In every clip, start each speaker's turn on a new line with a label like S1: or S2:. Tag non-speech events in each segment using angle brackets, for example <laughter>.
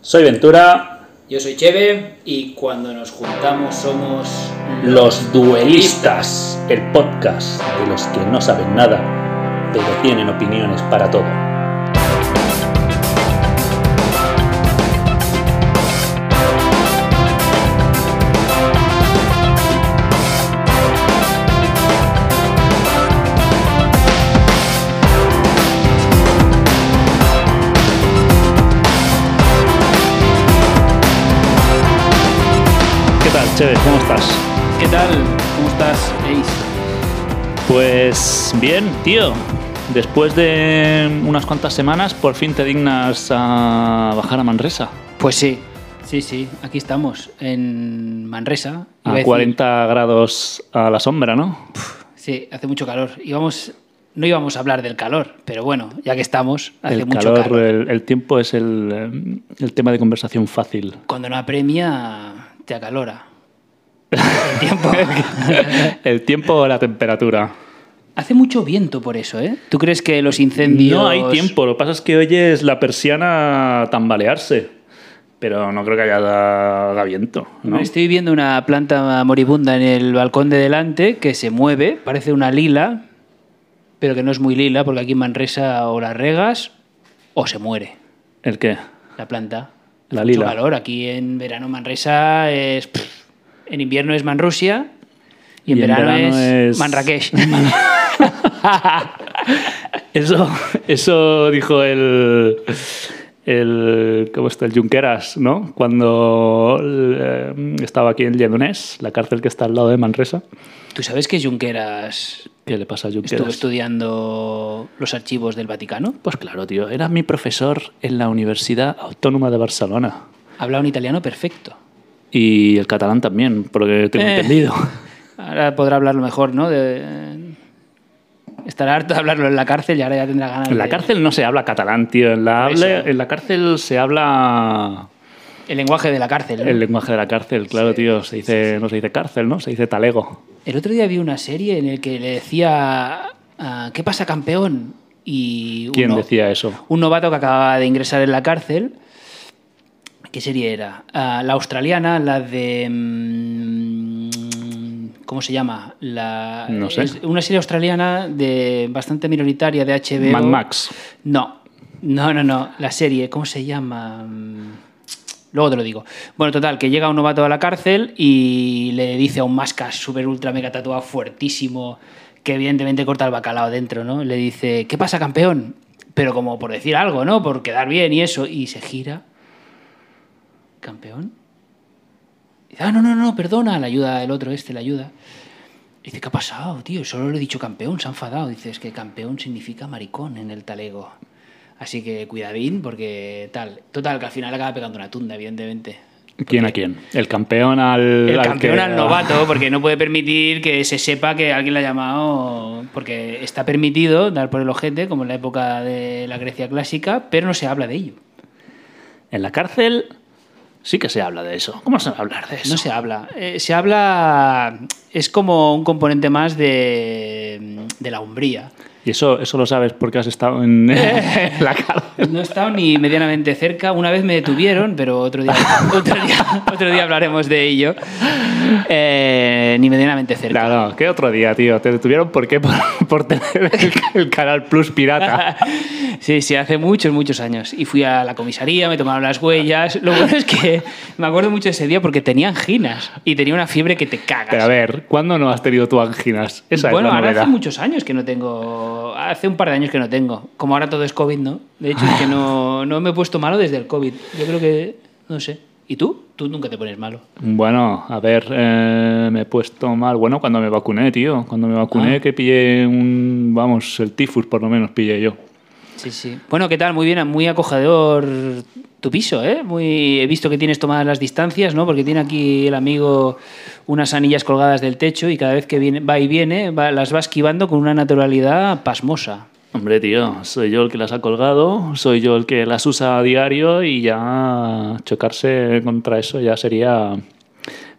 S1: Soy Ventura,
S2: Yo soy Cheve y cuando nos juntamos somos
S1: Los Duelistas, el podcast de los que no saben nada, pero tienen opiniones para todo. ¿Qué tal, Cheve? ¿Cómo estás?
S2: ¿Qué tal? ¿Cómo estás, Ace?
S1: Pues bien, tío. Después de unas cuantas semanas, por fin te dignas a bajar a Manresa.
S2: Pues sí, sí, sí, aquí estamos, en Manresa. Iba a
S1: A
S2: decir-
S1: 40 grados a la sombra, ¿no?
S2: Sí, hace mucho calor. Íbamos, no íbamos a hablar del calor, pero bueno, ya que estamos, hace
S1: el
S2: mucho
S1: calor,
S2: calor.
S1: El, el tiempo es el, eh, el tema de conversación
S2: <laughs>
S1: fácil. <laughs>
S2: Cuando no apremia, te acalora. El
S1: <laughs>
S2: tiempo.
S1: El tiempo o la temperatura.
S2: hace mucho viento por eso, ¿eh? ¿Tú crees que los incendios...
S1: No hay tiempo, lo que pasa es que oyes la persiana tambalearse, pero no creo que haya haga viento. ¿no?
S2: Estoy viendo una planta moribunda en el balcón de delante que se mueve, parece una lila, pero que no es muy lila porque aquí en Manresa o la regas o se muere
S1: ¿El qué?
S2: la planta.
S1: La
S2: Mucho
S1: lila.
S2: calor, aquí en verano Manresa es... pff, En invierno es Manrusia y en, verano, es, Manrakech.
S1: Eso, <laughs> eso dijo el, el. ¿Cómo está? El Junqueras, ¿no? Cuando eh, estaba aquí en Lledonés, la cárcel que está al lado de Manresa.
S2: ¿Tú sabes que Junqueras
S1: ¿Qué le pasa a Junqueras?
S2: estuvo estudiando los archivos del Vaticano?
S1: Pues claro, tío. Era mi profesor en la Universidad Autónoma de Barcelona.
S2: Hablaba un italiano perfecto.
S1: Y el catalán también, por lo que tengo <laughs>
S2: Eh.
S1: entendido.
S2: Ahora podrá hablarlo mejor, ¿no? De- Estará harto de hablarlo en la cárcel y ahora ya tendrá ganas.
S1: En la
S2: de-
S1: cárcel no se habla catalán, tío. En la,
S2: Por eso.
S1: hable- en la cárcel se habla
S2: El lenguaje de la cárcel. ¿no?
S1: el lenguaje de la cárcel, claro, tío. Se dice, No se dice cárcel, ¿no? Se dice talego.
S2: El otro día vi una serie en la que le decía, ah, ¿qué pasa, campeón? Y
S1: ¿Quién
S2: uno-
S1: decía eso?
S2: Un novato que acababa de ingresar en la cárcel. ¿Qué serie era? Ah, la australiana, la de... mm, ¿Cómo se llama? La,
S1: No sé.
S2: es una serie australiana de bastante minoritaria de HBO.
S1: Mad Max.
S2: No, no, no, no. La serie, ¿cómo se llama? Mm, Luego te lo digo. Bueno, total, que llega un novato a la cárcel y le dice a un masca super ultra mega tatuado fuertísimo, que evidentemente corta el bacalao dentro, ¿no? Le dice, ¿qué pasa, campeón? Pero como por decir algo, ¿no? Por quedar bien y eso. Y se gira. ¿Campeón? Y dice, ah, no, no, no, perdona. Le ayuda el otro este, le ayuda. Y Dice, ¿qué ha pasado, tío? Solo le he dicho campeón, se ha enfadado. Dice, es que campeón significa maricón en el talego. Así que cuidadín, porque tal. Total, que al final acaba pegando una tunda, evidentemente.
S1: ¿Quién a quién? El campeón al.
S2: El
S1: al
S2: campeón
S1: que-
S2: al novato, porque no puede permitir que se sepa que alguien le ha llamado. Porque está permitido dar por el ojete, como en la época de la Grecia clásica, pero no se habla de ello.
S1: En la cárcel sí que se habla de eso. ¿Cómo se va a hablar de eso?
S2: No se habla. Eh, se habla. Es como un componente más de, de la umbría.
S1: Y eso, eso lo sabes porque has estado
S2: <laughs>
S1: en, en la cárcel.
S2: No he estado ni medianamente cerca. Una vez me detuvieron, pero otro
S1: <laughs>
S2: día, otro día, otro día hablaremos de ello. Eh, ni medianamente cerca.
S1: No, no, ¿qué otro día, tío? ¿Te detuvieron por qué? Por, por tener el, el Canal Plus pirata.
S2: Sí, sí, hace muchos, muchos años. Y fui a la comisaría, me tomaron las huellas. Lo bueno es que me acuerdo mucho de ese día porque tenía anginas y tenía una fiebre que te cagas.
S1: Pero a ver, ¿cuándo no has tenido tu anginas? Esa
S2: bueno,
S1: es la
S2: ahora
S1: novedad.
S2: hace muchos años que no tengo. Hace un par de años que no tengo. Como ahora todo es COVID, ¿no? De hecho, es que no, no me he puesto malo desde el COVID. Yo creo que. No sé. ¿Y tú? Tú nunca te pones malo.
S1: Bueno, a ver, eh, me he puesto mal. Bueno, cuando me vacuné, tío. Cuando me vacuné,
S2: Ah.
S1: que pillé un. Vamos, el tifus por lo menos pillé yo.
S2: Sí, sí. Bueno, ¿qué tal? Muy bien, muy acogedor tu piso, ¿eh? Muy... He visto que tienes tomadas las distancias, ¿no? Porque tiene aquí el amigo unas anillas colgadas del techo y cada vez que viene, va y viene, va- las va esquivando con una naturalidad pasmosa.
S1: Hombre, tío, soy yo el que las ha colgado, soy yo el que las usa a diario y ya chocarse contra eso ya sería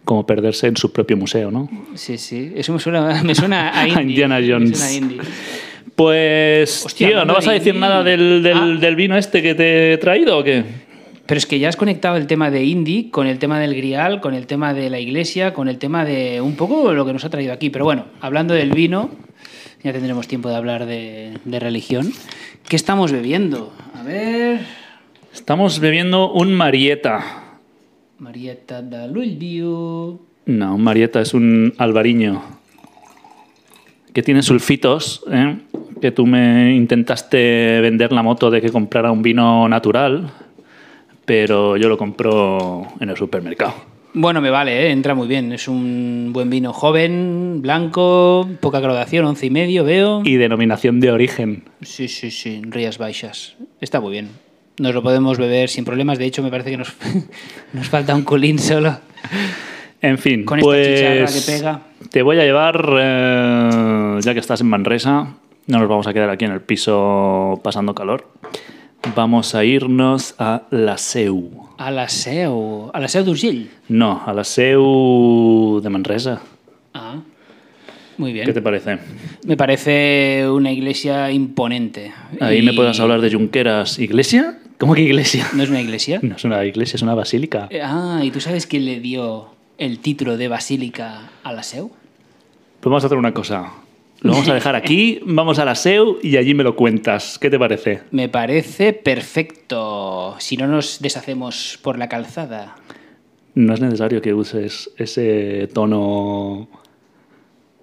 S1: como perderse en su propio museo, ¿no?
S2: Sí, sí. Eso me suena,
S1: <laughs>
S2: me suena a indie.
S1: Indiana
S2: Me suena a
S1: Jones.
S2: indie.
S1: Pues,
S2: Hostia,
S1: tío, ¿no
S2: hablando
S1: vas
S2: de
S1: a decir
S2: indie.
S1: nada del, del-
S2: Ah.
S1: del vino este que te he traído o qué?
S2: Pero es que ya has conectado el tema de Indy con el tema del Grial, con el tema de la iglesia, con el tema de un poco lo que nos ha traído aquí. Pero bueno, hablando del vino, ya tendremos tiempo de hablar de, de religión. ¿Qué estamos bebiendo? A ver.
S3: Estamos bebiendo un Marieta.
S2: Marietta da Lulvio.
S3: No, un Marieta es un albariño que tiene sulfitos, ¿eh? que tú me intentaste vender la moto de que comprara un vino natural, pero yo lo compro en el supermercado.
S2: Bueno, me vale, ¿eh? entra muy bien. Es un buen vino joven, blanco, poca graduación, once y medio veo.
S3: Y denominación de origen.
S2: Sí, sí, sí, Rías Baixas. Está muy bien. Nos lo podemos beber sin problemas. De hecho, me parece que nos, <laughs> nos falta un culín solo.
S3: En fin,
S2: Con esta
S3: pues
S2: chicharra que
S3: te voy a llevar, eh, ya que estás en Manresa, no nos vamos a quedar aquí en el piso pasando calor. Vamos a irnos a la SEU.
S2: A la SEO. A la SEO d'Urgell.
S3: No, a la SEU de Manresa.
S2: Ah, muy bien.
S3: ¿Qué te parece?
S2: Me parece una iglesia imponente.
S3: Ahí
S2: Y
S3: me puedas hablar de Junqueras. ¿Iglesia? ¿Cómo que iglesia? <laughs>
S2: ¿No es una iglesia?
S3: No es una iglesia, es una basílica.
S2: Eh, Ah, ¿y tú sabes quién le dio el título de basílica a la SEU?
S3: Pues vamos a hacer una cosa. Lo vamos
S2: <laughs>
S3: a dejar aquí, vamos a la SEU y allí me lo cuentas. ¿Qué te parece?
S2: Me parece perfecto. Si no nos deshacemos por la calzada.
S3: No es necesario que uses ese tono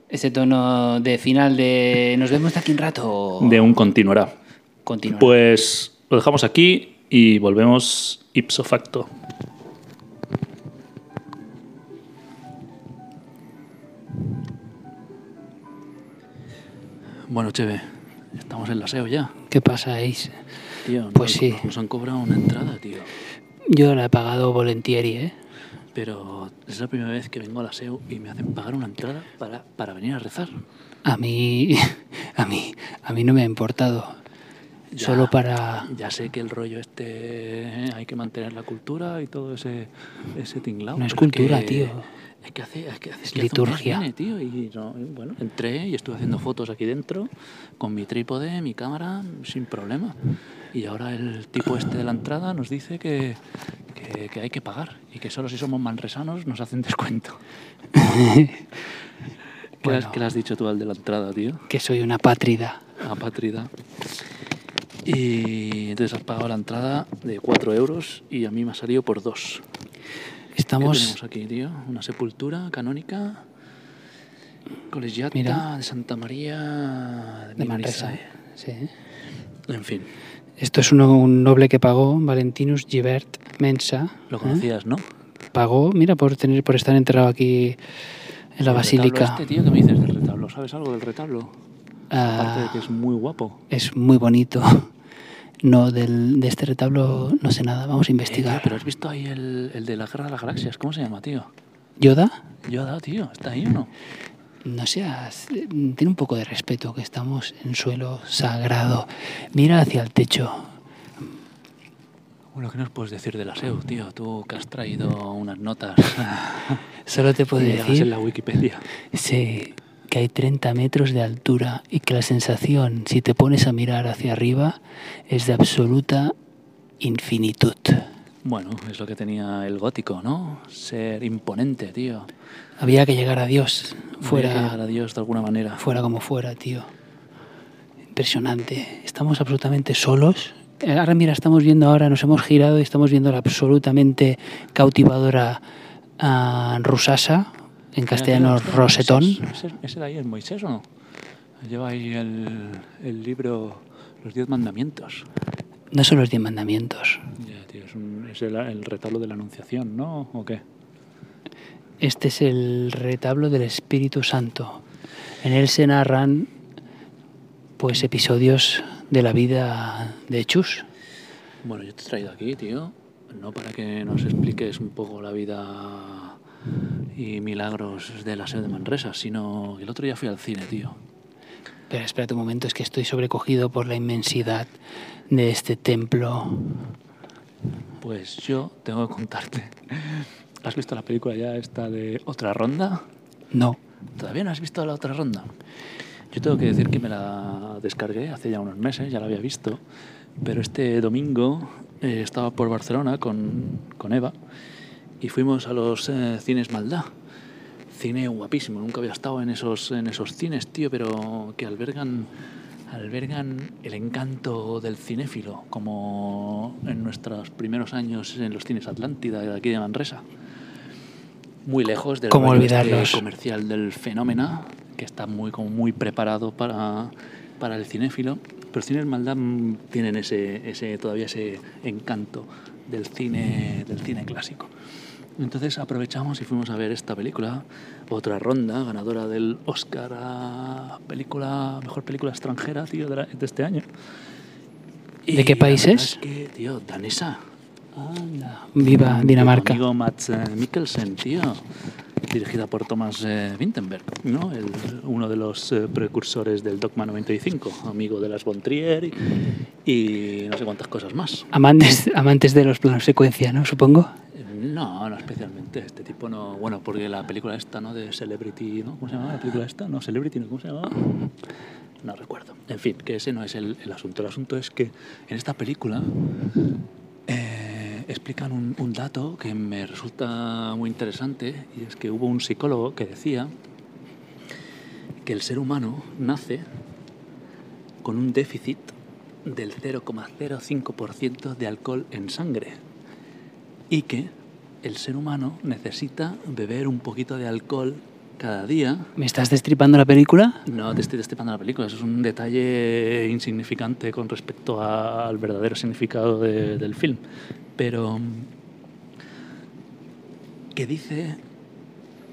S2: Ese Este tono de final de nos vemos de aquí un rato.
S3: de un continuará.
S2: Continúa.
S3: Pues lo dejamos aquí y volvemos ipso facto. Bueno, Cheve, estamos en la SEO ya.
S2: ¿Qué pasa, Ace?
S3: Tío,
S2: Pues sí.
S3: Nos han cobrado una entrada, tío.
S2: Yo la he pagado volentieri, ¿eh?
S3: Pero es la primera vez que vengo a la SEO y me hacen pagar una entrada para, para venir a rezar.
S2: A mí, <laughs> a mí, a mí no me ha importado.
S3: Ya.
S2: Solo para... <laughs>
S3: Ya sé que el rollo este eh, hay que mantener la cultura y todo ese, ese tinglao.
S2: No es
S3: pero
S2: cultura,
S3: que-
S2: tío.
S3: Es que hace, es que hace- es
S2: Es
S3: que hace un mes
S2: liturgia. Mm.
S3: viene, tío, y no- y bueno, entré y estuve haciendo fotos aquí dentro con mi trípode, mi cámara, sin problema. Y ahora el tipo este de la entrada nos dice que, que, que hay que pagar y que solo si somos manresanos nos hacen descuento. ¿Qué, has-
S2: Bueno.
S3: qué le has dicho tú al de la entrada, tío?
S2: Que soy una pátrida.
S3: apátrida. Ah, Y entonces has pagado la entrada de 4 euros y a mí me ha salido por 2. ¿Qué
S2: Estamos...
S3: tenemos aquí, tío? Una sepultura canónica. Colegiata
S2: Mira.
S3: de Santa María
S2: De Manresa.
S3: Minorizae.
S2: Sí.
S3: En fin,
S2: Esto es uno- un noble que pagó, Valentinus Gibert Mensa.
S3: lo
S2: ¿eh?
S3: conocías, ¿no?
S2: Pagó, mira, por tener, por estar enterrado aquí en la
S3: El retablo
S2: basílica.
S3: Este, tío, ¿qué me dices del retablo? ¿Sabes algo del retablo?
S2: Ah,
S3: Aparte de que es muy guapo.
S2: es muy bonito. <laughs> No, del, de este retablo no sé nada, vamos a
S3: Eh, tío,
S2: investigar.
S3: pero has visto ahí el, el de la Guerra de las Galaxias. ¿Cómo se llama, tío?
S2: ¿Yoda?
S3: Yoda, tío. ¿Está ahí o no?
S2: No seas. Tiene un poco de respeto que estamos en suelo sagrado. Mira hacia el techo.
S3: Bueno, ¿qué nos puedes decir del aseo, E tío? Tú que has traído unas
S2: <laughs>
S3: notas
S2: Solo te puedo
S3: publicadas en
S2: decir
S3: la Wikipedia.
S2: sí, que hay 30 metros de altura y que la sensación, si te pones a mirar hacia arriba, es de absoluta infinitud.
S3: Bueno, es lo que tenía el gótico, ¿no? Ser imponente, tío.
S2: Había que llegar a Dios,
S3: Había que llegar
S2: fuera,
S3: a Dios de alguna manera.
S2: fuera como fuera, tío. Impresionante. Estamos absolutamente solos. Eh, Ahora mira, estamos viendo ahora, nos hemos girado y estamos viendo la absolutamente cautivadora ah, rusasa, en castellano
S3: Mira, mira,
S2: rosetón.
S3: Moisés. ¿Ese, ese de ahí es Moisés o no? Lleva ahí el, el libro Los Diez Mandamientos.
S2: No son los diez mandamientos.
S3: Ya, tío, es, un- es el, el retablo de la Anunciación, ¿no? ¿O qué?
S2: Este es el retablo del Espíritu Santo. En él se narran pues episodios de la vida de Chus.
S3: Bueno, yo te he traído aquí, tío, no para que nos expliques un poco la vida y milagros de la sede de Manresa, sino que el otro día fui al cine, tío.
S2: Pero espérate un momento, es que estoy sobrecogido por la inmensidad de este templo.
S3: Pues yo tengo que contarte. ¿Has visto la película ya esta de Otra Ronda?
S2: No.
S3: ¿Todavía no has visto la Otra Ronda? Yo tengo que decir que me la descargué hace ya unos meses, ya la había visto, pero este domingo eh, eh, estaba por Barcelona con, con Eva y fuimos a los eh, cines Maldá. Cine guapísimo, nunca había estado en esos, en esos cines, tío, pero que albergan, albergan el encanto del cinéfilo, como en nuestros primeros años en los cines Atlántida, de aquí de Manresa. Muy lejos del
S2: ¿Cómo
S3: rollo este
S2: olvidarlos?
S3: comercial del fenómeno, que está muy, como muy preparado para, para el cinéfilo. Pero Cines Maldá mm, tienen ese, ese, todavía ese encanto del cine, del cine clásico. Entonces aprovechamos y fuimos a ver esta película, otra ronda ganadora del Oscar a película, mejor película extranjera tío, de, la- de este año.
S2: ¿De qué
S3: la
S2: país
S3: verdad
S2: es?
S3: que, tío, danesa. Anda.
S2: Viva Dinamarca.
S3: Amigo Mats eh, Mikkelsen, tío. Dirigida por Thomas eh, Vinterberg, ¿no? El- uno de los eh, precursores del Dogma 95, amigo de las Bontrier y, y no sé cuántas cosas más.
S2: Amantes, amantes de los planos secuencia, ¿no? Supongo.
S3: No, no especialmente. Este tipo no. Bueno, porque la película esta, ¿no? De Celebrity, ¿no? ¿Cómo se llama la película esta? No, Celebrity, ¿no? ¿Cómo se llama? No recuerdo. En fin, que ese no es el, el asunto. El asunto es que en esta película eh, explican un, un dato que me resulta muy interesante y es que hubo un psicólogo que decía que el ser humano nace con un déficit del 0,05% de alcohol en sangre y que el ser humano necesita beber un poquito de alcohol cada día
S2: ¿Me estás destripando la película?
S3: no te estoy destripando la película, eso es un detalle insignificante con respecto a- al verdadero significado de- del film. Pero mm, que dice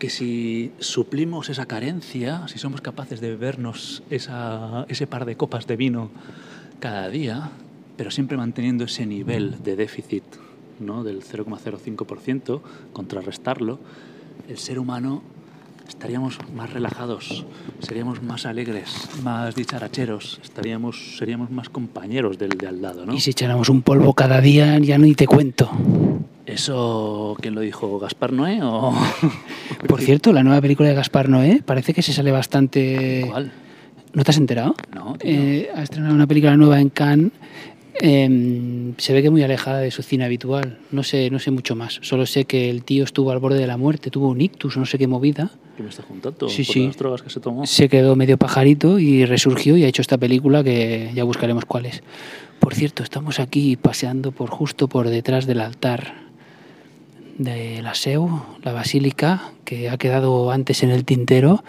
S3: que si suplimos esa carencia, si somos capaces de bebernos esa- ese par de copas de vino cada día, pero siempre manteniendo ese nivel de déficit ¿no? del 0,05%, contrarrestarlo, el ser humano estaríamos más relajados, seríamos más alegres, más dicharacheros, estaríamos, seríamos más compañeros del de al lado, ¿no?
S2: Y si echáramos un polvo cada día, ya ni te cuento.
S3: Pues ¿Eso quién lo dijo? ¿Gaspar Noé
S2: <laughs>
S3: o...?
S2: Por cierto, la nueva película de Gaspar Noé parece que se sale bastante.
S3: ¿Cuál?
S2: ¿No te has enterado?
S3: No, tío.
S2: Eh, ha estrenado una película nueva en Cannes. Em, se ve que muy alejada de su cine habitual. No sé, no sé mucho más. Solo sé que el tío estuvo al borde de la muerte, tuvo un ictus, no sé qué movida.
S3: ¿Qué me estás contando?
S2: Sí,
S3: ¿Por
S2: sí.
S3: las drogas que se tomó?
S2: Se quedó medio pajarito y resurgió y ha hecho esta película que ya buscaremos cuál es. Por cierto, estamos aquí paseando por justo por detrás del altar de la SEU, la basílica, que ha quedado antes en el tintero,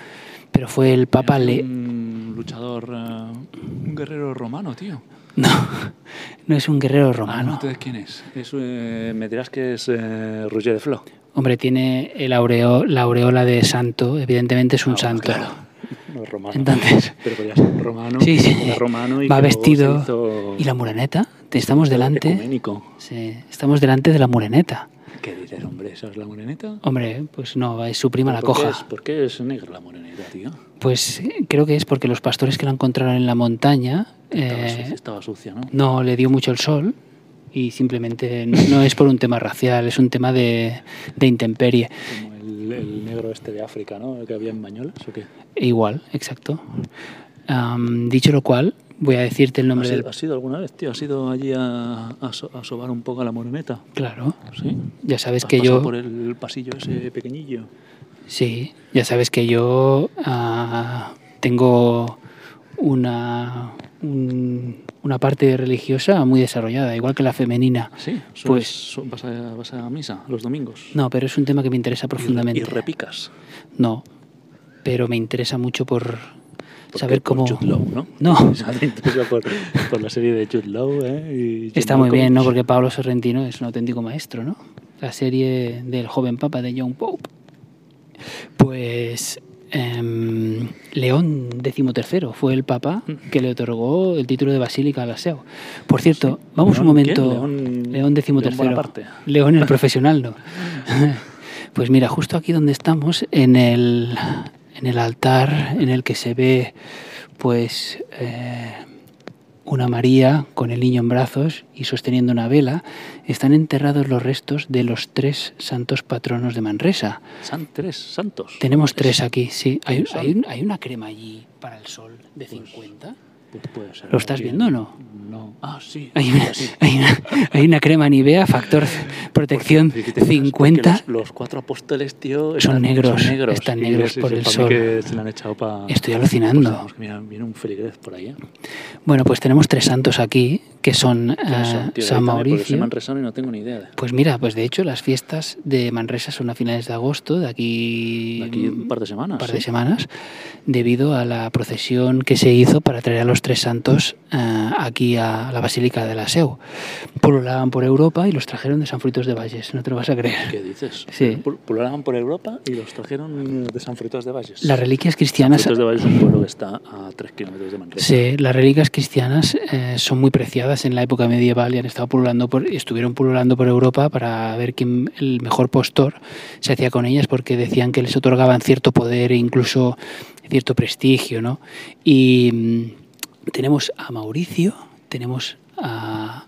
S2: pero fue el Papa
S3: Era
S2: Le...
S3: Un luchador, eh, un guerrero romano, tío.
S2: <laughs> No, no es un guerrero
S3: Ah, no,
S2: romano.
S3: entonces ¿quién es? Es, eh, me dirás que es eh, Roger de Flo.
S2: Hombre, tiene el aureo- la aureola de santo, evidentemente es un santo.
S3: No es romano.
S2: Entonces-
S3: Pero podría ser romano.
S2: Sí, sí.
S3: era romano y
S2: Va
S3: que luego
S2: vestido.
S3: se hizo
S2: Y la muraneta, te estamos delante.
S3: ecuménico.
S2: Sí, estamos delante de la muraneta.
S3: ¿Qué dices, hombre? ¿Esa es la moreneta?
S2: Hombre, pues no, es su prima la
S3: ¿Por qué
S2: coja.
S3: es- ¿Por qué es negra la moreneta, tío?
S2: Pues eh, creo que es porque los pastores que la encontraron en la montaña
S3: Estaba,
S2: eh,
S3: sucia, estaba sucia, ¿no?
S2: no le dio mucho el sol y simplemente no es por un tema racial, es un tema de, de intemperie.
S3: Como el, el negro este de África, ¿no? El que había en Bañolas, ¿o qué?
S2: E igual, exacto. Am, dicho lo cual, voy a decirte el nombre
S3: ¿Has,
S2: del...
S3: ido- has ido alguna vez, tío? ¿Has ido allí a, a so- a sobar un poco a la moreneta?
S2: Claro,
S3: ¿Sí?
S2: ya sabes
S3: ¿Has
S2: que
S3: pasado
S2: yo... Mm.
S3: por el pasillo ese pequeñillo?
S2: Sí, ya sabes que yo ah, tengo una, un- una parte religiosa muy desarrollada, igual que la femenina.
S3: Sí,
S2: Pues-
S3: pues vas, a, vas a misa los domingos.
S2: No, pero es un tema que me interesa profundamente.
S3: Y repicas.
S2: No, pero me interesa mucho por
S3: Porque
S2: saber
S3: por
S2: cómo.
S3: Jude Law, ¿no? <laughs>
S2: No,
S3: Esa
S2: <laughs>
S3: te interesa por, por la serie de Jude Law, ¿eh? Y John
S2: está muy bien, ¿no?
S3: Malkovich.
S2: Porque Pablo Sorrentino es un auténtico maestro, ¿no? La serie del joven papa de John Pope. Pues em, León XIII fue el papa que le otorgó el título de basílica a la SEO. Por cierto, vamos un
S3: ¿León quién?
S2: momento.
S3: León-
S2: León XIII.
S3: León Bonaparte.
S2: León el profesional, ¿no? <laughs> Pues mira, justo aquí donde estamos, en el, en el altar en el que se ve, pues, eh, una María con el niño en brazos y sosteniendo una vela, están enterrados los restos de los tres santos patronos de Manresa.
S3: San tres santos.
S2: Tenemos tres aquí, sí. Hay,
S3: Son-
S2: hay un- hay una crema allí para el sol de 50.
S3: Pu- puede ser,
S2: ¿Lo estás
S3: tiene-
S2: viendo o no?
S3: No. Ah, pues, sí.
S2: Hay una,
S3: sí.
S2: hay una- hay una crema Nivea, factor protección
S3: Sí, que te fijas, porque
S2: 50.
S3: Los, los cuatro apóstoles, tío,
S2: son negros, están
S3: Sí,
S2: negros
S3: sí,
S2: por
S3: sí,
S2: el
S3: para mí
S2: sol.
S3: que se le han echado para.
S2: Estoy Ah, alucinando.
S3: mira, viene un feligrez por ¿eh? allá.
S2: Bueno, pues tenemos tres santos aquí, que son ah, San
S3: Se me
S2: Mauricio.
S3: han rezado y no tengo ni idea. de-
S2: Pues mira, pues de hecho las fiestas de Manresa son a finales de agosto, de aquí,
S3: de aquí un par de semanas.
S2: un Mm, par
S3: ¿Ah, sí.
S2: de semanas, debido a la procesión que se hizo para traer a los tres santos ah, aquí a la Basílica de la Seu. Pululaban por Europa y los trajeron de San Frutos de Valles, no te lo vas a creer.
S3: ¿Qué dices?
S2: Sí.
S3: Pul- Pululaban por Europa y los trajeron de San Frutos de Valles.
S2: Las reliquias cristianas
S3: Frutos de Valles es un pueblo que está a 3 kilómetros de Manresa.
S2: Sí, las reliquias cristianas eh, son muy preciadas en la época medieval y han estado pululando por, estuvieron pululando por Europa para ver quién el mejor postor se hacía con ellas porque decían que les otorgaban cierto poder e incluso cierto prestigio, ¿no? Y mm, tenemos a Mauricio, tenemos a,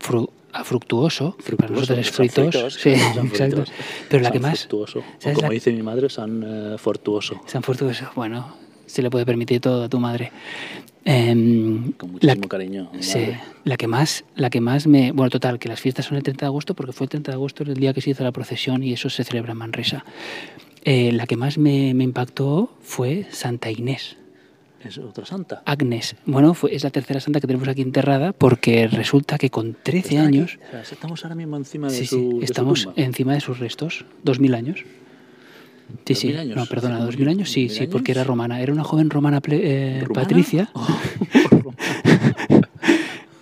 S2: Fru- a Fructuoso, que para
S3: Fructuoso,
S2: nosotros es
S3: San
S2: fritos, sí,
S3: San
S2: <laughs>
S3: Frutos.
S2: exacto. Pero la
S3: San
S2: que más,
S3: Fructuoso. O
S2: ¿sabes
S3: como
S2: la-
S3: dice mi madre, San eh, Fortuoso.
S2: San Fructuoso, bueno, se le puede permitir todo a tu madre. Em,
S3: Con
S2: la-
S3: muchísimo cariño. a mi
S2: Sí,
S3: madre.
S2: la que más, la que más me. Bueno, total, que las fiestas son el 30 de agosto porque fue el 30 de agosto el día que se hizo la procesión y eso se celebra en Manresa. Eh, la que más me, me impactó fue Santa Inés,
S3: Es otra santa.
S2: Agnes. Bueno, fue- es la tercera santa que tenemos aquí enterrada porque resulta que con 13
S3: ¿Están aquí?
S2: años.
S3: O sea, estamos ahora mismo encima de
S2: Sí,
S3: su.
S2: sí,
S3: de su
S2: estamos
S3: tumba.
S2: encima de sus restos, 2000 años. Sí, sí,
S3: 2000 años,
S2: no, perdona,
S3: hace como
S2: 2000 años, sí,
S3: 2000
S2: sí, porque
S3: años.
S2: era romana, era una joven romana, ple- eh,
S3: ¿Rumana?
S2: patricia,
S3: Oh,
S2: <laughs>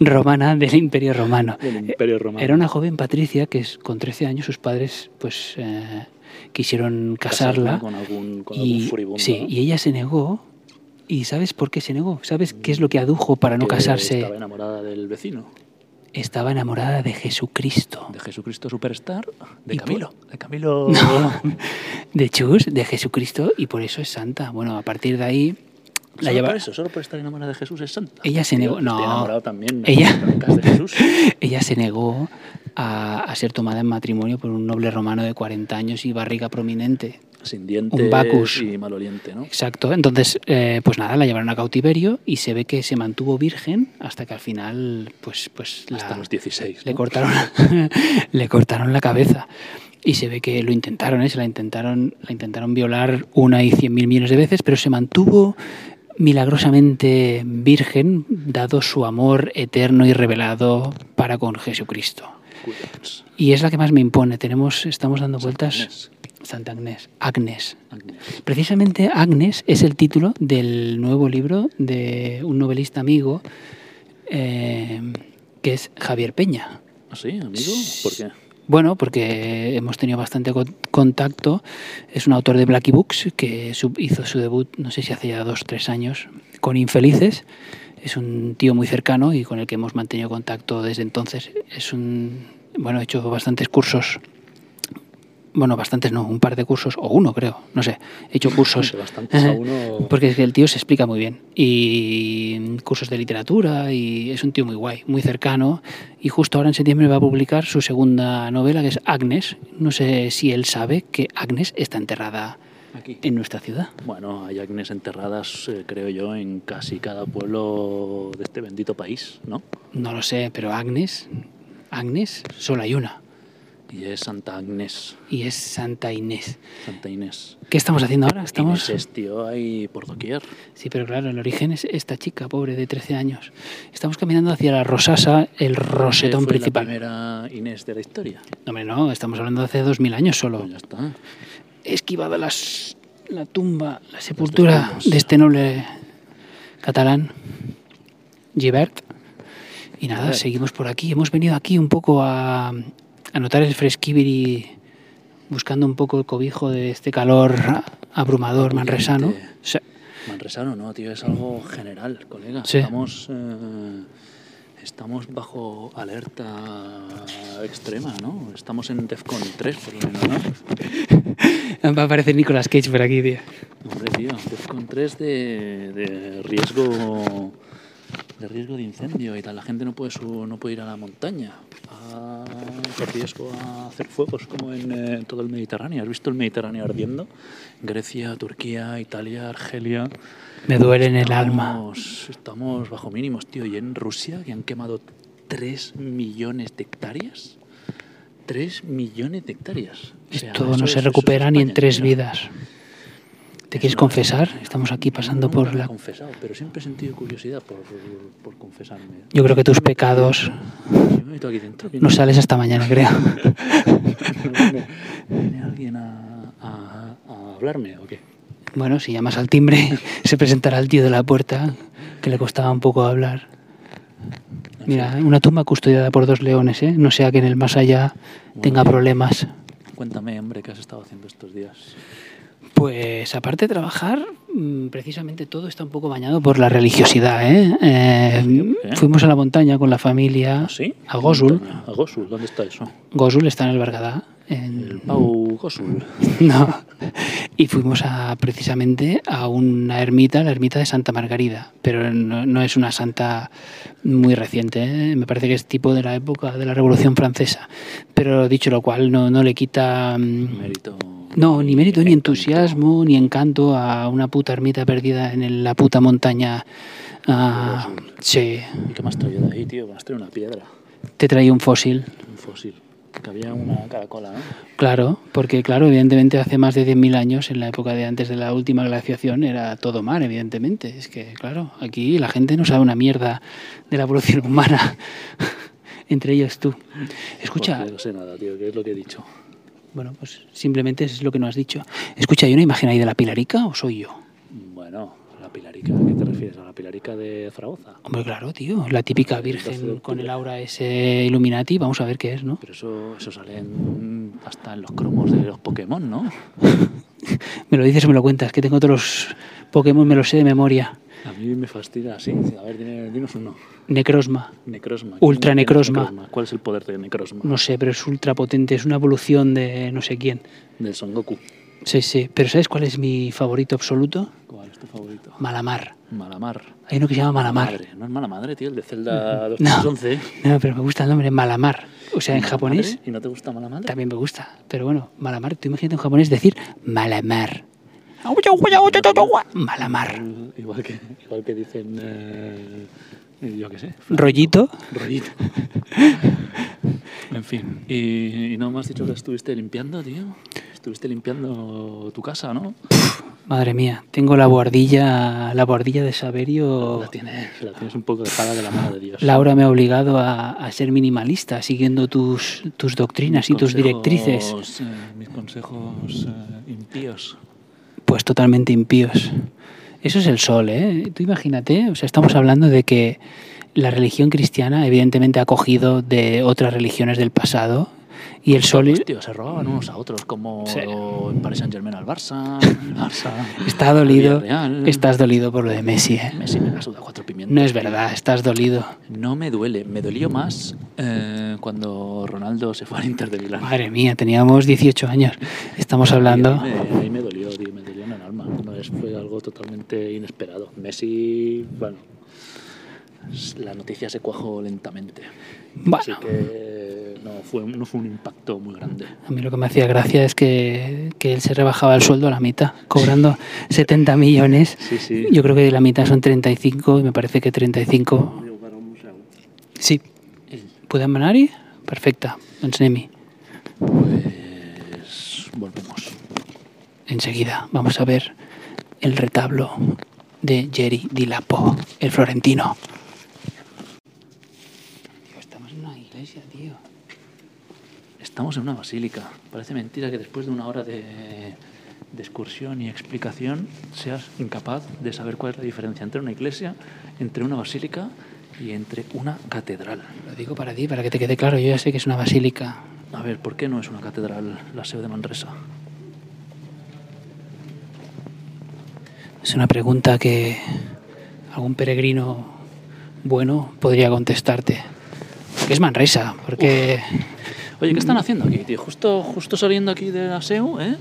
S2: romana del Imperio Romano.
S3: del Imperio Romano.
S2: Era una joven Patricia que es, con 13 años sus padres pues eh, quisieron casarla.
S3: Con algún, con algún
S2: y,
S3: furibundo.
S2: sí,
S3: ¿no?
S2: y ella se negó. ¿Y sabes por qué se negó? ¿Sabes qué es lo que adujo para no
S3: Que
S2: casarse?
S3: Estaba enamorada del vecino,
S2: Estaba enamorada de Jesucristo.
S3: de Jesucristo Superstar, de
S2: Y por-
S3: Camilo.
S2: <laughs>
S3: De Camilo.
S2: De Chus, de Jesucristo, y por eso es santa. Bueno, a partir de ahí la
S3: solo
S2: lleva...
S3: por eso, solo por estar enamorada de Jesús es santa.
S2: Ella se
S3: Yo
S2: negó-
S3: estoy
S2: no.
S3: enamorado también de
S2: Ella-
S3: las blancas de Jesús.
S2: <laughs> Ella se negó a, a ser tomada en matrimonio por un noble romano de 40 años y barriga prominente.
S3: Sin dientes
S2: Un Bacchus.
S3: y maloliente, ¿no?
S2: Exacto, entonces, eh, pues nada, la llevaron a cautiverio y se ve que se mantuvo virgen hasta que al final, pues, pues la-
S3: Hasta los 16.
S2: le
S3: ¿no?
S2: cortaron, <laughs> le cortaron la cabeza. Y se ve que lo intentaron, ¿eh? se la intentaron, la intentaron violar una y cien mil millones de veces, pero se mantuvo milagrosamente virgen, dado su amor eterno y revelado para con Jesucristo.
S3: Cuidaos.
S2: Y es la que más me impone. Tenemos, estamos dando
S3: Santa
S2: vueltas.
S3: Inés,
S2: Santa Agnés. Agnes.
S3: Agnes.
S2: Precisamente Agnes es el título del nuevo libro de un novelista amigo eh, que es Javier Peña.
S3: ¿Ah, sí, amigo? ¿Por qué?
S2: Bueno, porque hemos tenido bastante con- contacto. Es un autor de Blackie Books que su- hizo su debut, no sé si hace ya dos, tres años, con Infelices. Es un tío muy cercano y con el que hemos mantenido contacto desde entonces. Es un. Bueno, he hecho bastantes cursos. Bueno, bastantes no, un par de cursos, o uno creo, no sé. He
S3: <laughs>
S2: hecho cursos.
S3: Entre bastantes
S2: <laughs>
S3: a uno.
S2: Porque es que el tío se explica muy bien. Y mm, cursos de literatura, y es un tío muy guay, muy cercano. Y justo ahora en septiembre va a publicar su segunda novela, que es Agnes. No sé si él sabe que Agnes está enterrada
S3: Aquí.
S2: en nuestra ciudad.
S3: Bueno, hay Agnes enterradas, eh, creo yo, en casi cada pueblo de este bendito país, ¿no?
S2: No lo sé, pero Agnes, Agnes, solo hay una.
S3: Y es Santa Agnes,
S2: Y es Santa Inés.
S3: Santa Inés.
S2: ¿Qué estamos haciendo ahora? Estamos...
S3: Ineses, tío, ahí por doquier.
S2: Sí, pero claro, el origen es esta chica, pobre, de 13 años. Estamos caminando hacia la Rosasa, el rosetón
S3: Fue
S2: principal.
S3: la primera Inés de la historia.
S2: No, hombre, no, estamos hablando de hace 2000 años solo.
S3: Pues ya está.
S2: he esquivado las, la tumba, la sepultura
S3: despojos.
S2: de este noble catalán, Gibert. Y nada,
S3: Gibert.
S2: seguimos por aquí. Hemos venido aquí un poco a, a notar el fresquibiri, buscando un poco el cobijo de este calor abrumador manresano. Sí.
S3: Manresano, no, tío, es algo general, colega.
S2: Sí.
S3: Estamos, eh, estamos bajo alerta extrema, ¿no? Estamos en DEFCON 3, por lo menos,
S2: <laughs>
S3: ¿no?
S2: Va a aparecer Nicolas Cage por aquí, tío.
S3: Hombre, tío, DEFCON 3 de, de riesgo... de riesgo de incendio y tal. La gente no puede, su- no puede ir a la montaña a, por riesgo a hacer fuegos como en eh, todo el Mediterráneo. ¿Has visto el Mediterráneo ardiendo? Grecia, Turquía, Italia, Argelia.
S2: Me duele en el alma.
S3: Estamos, estamos bajo mínimos, tío. Y en Rusia, que han quemado 3 millones de hectáreas. 3 millones de hectáreas. O sea,
S2: Esto
S3: eso
S2: no
S3: es- eso
S2: se
S3: es
S2: recupera ni en
S3: España,
S2: tres
S3: tío.
S2: vidas. ¿Te quieres confesar? Estamos aquí pasando
S3: No, no
S2: por
S3: me he
S2: la...
S3: confesado, pero siempre he sentido curiosidad por, por confesarme.
S2: Yo creo que tus pecados
S3: Yo me meto aquí dentro.
S2: no sales hasta mañana, creo. <laughs>
S3: ¿Viene, viene alguien a, a- a hablarme o qué?
S2: Bueno, si llamas al timbre, se presentará el tío de la puerta, que le costaba un poco hablar. Mira, una tumba custodiada por dos leones, ¿eh? No sea que en el más allá tenga problemas.
S3: Cuéntame, hombre, qué has estado haciendo estos días.
S2: Pues aparte de trabajar, mm, precisamente todo está un poco bañado por la religiosidad, ¿eh? Eh,
S3: ¿Por qué?
S2: Fuimos a la montaña con la familia,
S3: ¿Ah, sí?
S2: a Gosul.
S3: A Ah, Gosul, ¿dónde está eso?
S2: Gosul está en el Bergadá. en-
S3: Pau Gosul.
S2: <laughs> No. Y fuimos a, precisamente a una ermita, la ermita de Santa Margarida, pero no, no es una santa muy reciente, ¿eh? me parece que es tipo de la época de la Revolución Francesa, pero dicho lo cual no, no le quita... mm,
S3: Mérito.
S2: No, ni mérito, ni
S3: encanto.
S2: entusiasmo, ni encanto a una puta ermita perdida en el- la puta montaña. Ah, sí,
S3: ¿Y qué más traído de ahí, tío? Me has traído una piedra,
S2: te traía un fósil.
S3: un fósil. Que había una caracola, ¿no?
S2: Claro, porque claro, evidentemente hace más de 10.000 años, en la época de antes de la última glaciación, era todo mar, evidentemente. Es que, claro, aquí la gente no sabe una mierda de la evolución humana, <laughs> entre ellos tú. Escucha,
S3: Hostia, no sé nada, tío, que es lo que he dicho.
S2: bueno, pues simplemente es lo que no has dicho. Escucha, ¿hay una imagen ahí de la Pilarica o soy yo?
S3: Bueno, la pilarica, ¿a qué te refieres? ¿A la pilarica de Zaragoza?
S2: Hombre, claro, tío, la típica virgen con el aura ese Illuminati, vamos a ver qué es, ¿no? <laughs>
S3: Pero eso, eso sale en- hasta en los cromos de los Pokémon, ¿no?
S2: Me lo dices o me lo cuentas, que tengo todos los Pokémon, me los sé de memoria.
S3: A mí me fastidia, sí. A ver, dime- dinos uno.
S2: Necrosma.
S3: Necrosma.
S2: Ultra
S3: ¿Quién- quién es
S2: necrosma.
S3: ¿Cuál es el poder de Necrosma?
S2: no sé, pero es ultra potente, es una evolución de no sé quién.
S3: Del Son Goku.
S2: Sí, sí, pero ¿sabes cuál es mi favorito absoluto?
S3: ¿Cuál es tu favorito?
S2: Malamar.
S3: Malamar.
S2: Hay uno que se llama Malamar.
S3: Madre. No es mala madre, tío, el de Zelda 211.
S2: No, pero me gusta el nombre, Malamar. O sea, en
S3: ¿Mala
S2: japonés
S3: madre? ¿Y no te gusta mala madre?
S2: también me gusta. Pero bueno, Malamar, tú imagínate en japonés decir Malamar. Malamar.
S3: Eh, Igual que, igual que dicen. eh, yo qué sé.
S2: Rollito.
S3: Rollito. en fin. Y, y no me has dicho que estuviste limpiando, tío. Estuviste limpiando tu casa, ¿no?
S2: Madre mía, tengo la bordilla, la bordilla de Saberio.
S3: La tienes, la tienes un poco dejada de la mano de Dios.
S2: Laura me ha obligado a, a ser minimalista, siguiendo tus, tus doctrinas y tus
S3: Consejos,
S2: directrices.
S3: eh, mis consejos eh, impíos.
S2: Pues totalmente impíos. Eso es el sol, ¿eh? Tú imagínate, o sea, estamos hablando de que la religión cristiana evidentemente ha cogido de otras religiones del pasado y el sol
S3: Pues, tío, se robaban unos a otros, como
S2: Sí.
S3: el Paris Saint Germain al Barça, el Barça.
S2: está dolido.
S3: Villarreal.
S2: Estás dolido por lo de Messi, ¿eh?
S3: Messi me la suda cuatro pimientos.
S2: No es verdad, estás dolido.
S3: No me duele, me dolió más eh, cuando Ronaldo se fue al Inter de Milán.
S2: Madre mía, teníamos 18 años. Estamos hablando...
S3: Ahí me, ahí me dolió, tío, me dolió en el alma. No es, fue algo totalmente inesperado. Messi, bueno, s- la noticia se cuajó lentamente. Así
S2: Bueno,
S3: que no fue, no fue un impacto muy grande.
S2: a mí lo que me hacía gracia es que, que él se rebajaba el sueldo a la mitad, cobrando 70 millones.
S3: Sí, sí.
S2: Yo creo que la mitad son 35 y me parece que 35. Sí. ¿Podem anar-hi? Perfecte, doncs anem-hi.
S3: Pues volvemos.
S2: Enseguida vamos a ver el retablo de Jerry Di Lapo, el florentino. Tío, estamos en una iglesia, tío.
S3: Estamos en una basílica. Parece mentira que después de una hora de, de excursión y explicación seas incapaz de saber cuál es la diferencia entre una iglesia, entre una basílica y entre una catedral.
S2: Lo digo para ti, para que te quede claro. Yo ya sé que es una basílica.
S3: A ver, ¿por qué no es una catedral la SEO de Manresa?
S2: Es una pregunta que algún peregrino bueno podría contestarte. Que es Manresa, porque...
S3: Oye, ¿qué
S2: Mm.
S3: están haciendo aquí, tío? Justo, justo saliendo aquí de la SEU, ¿eh?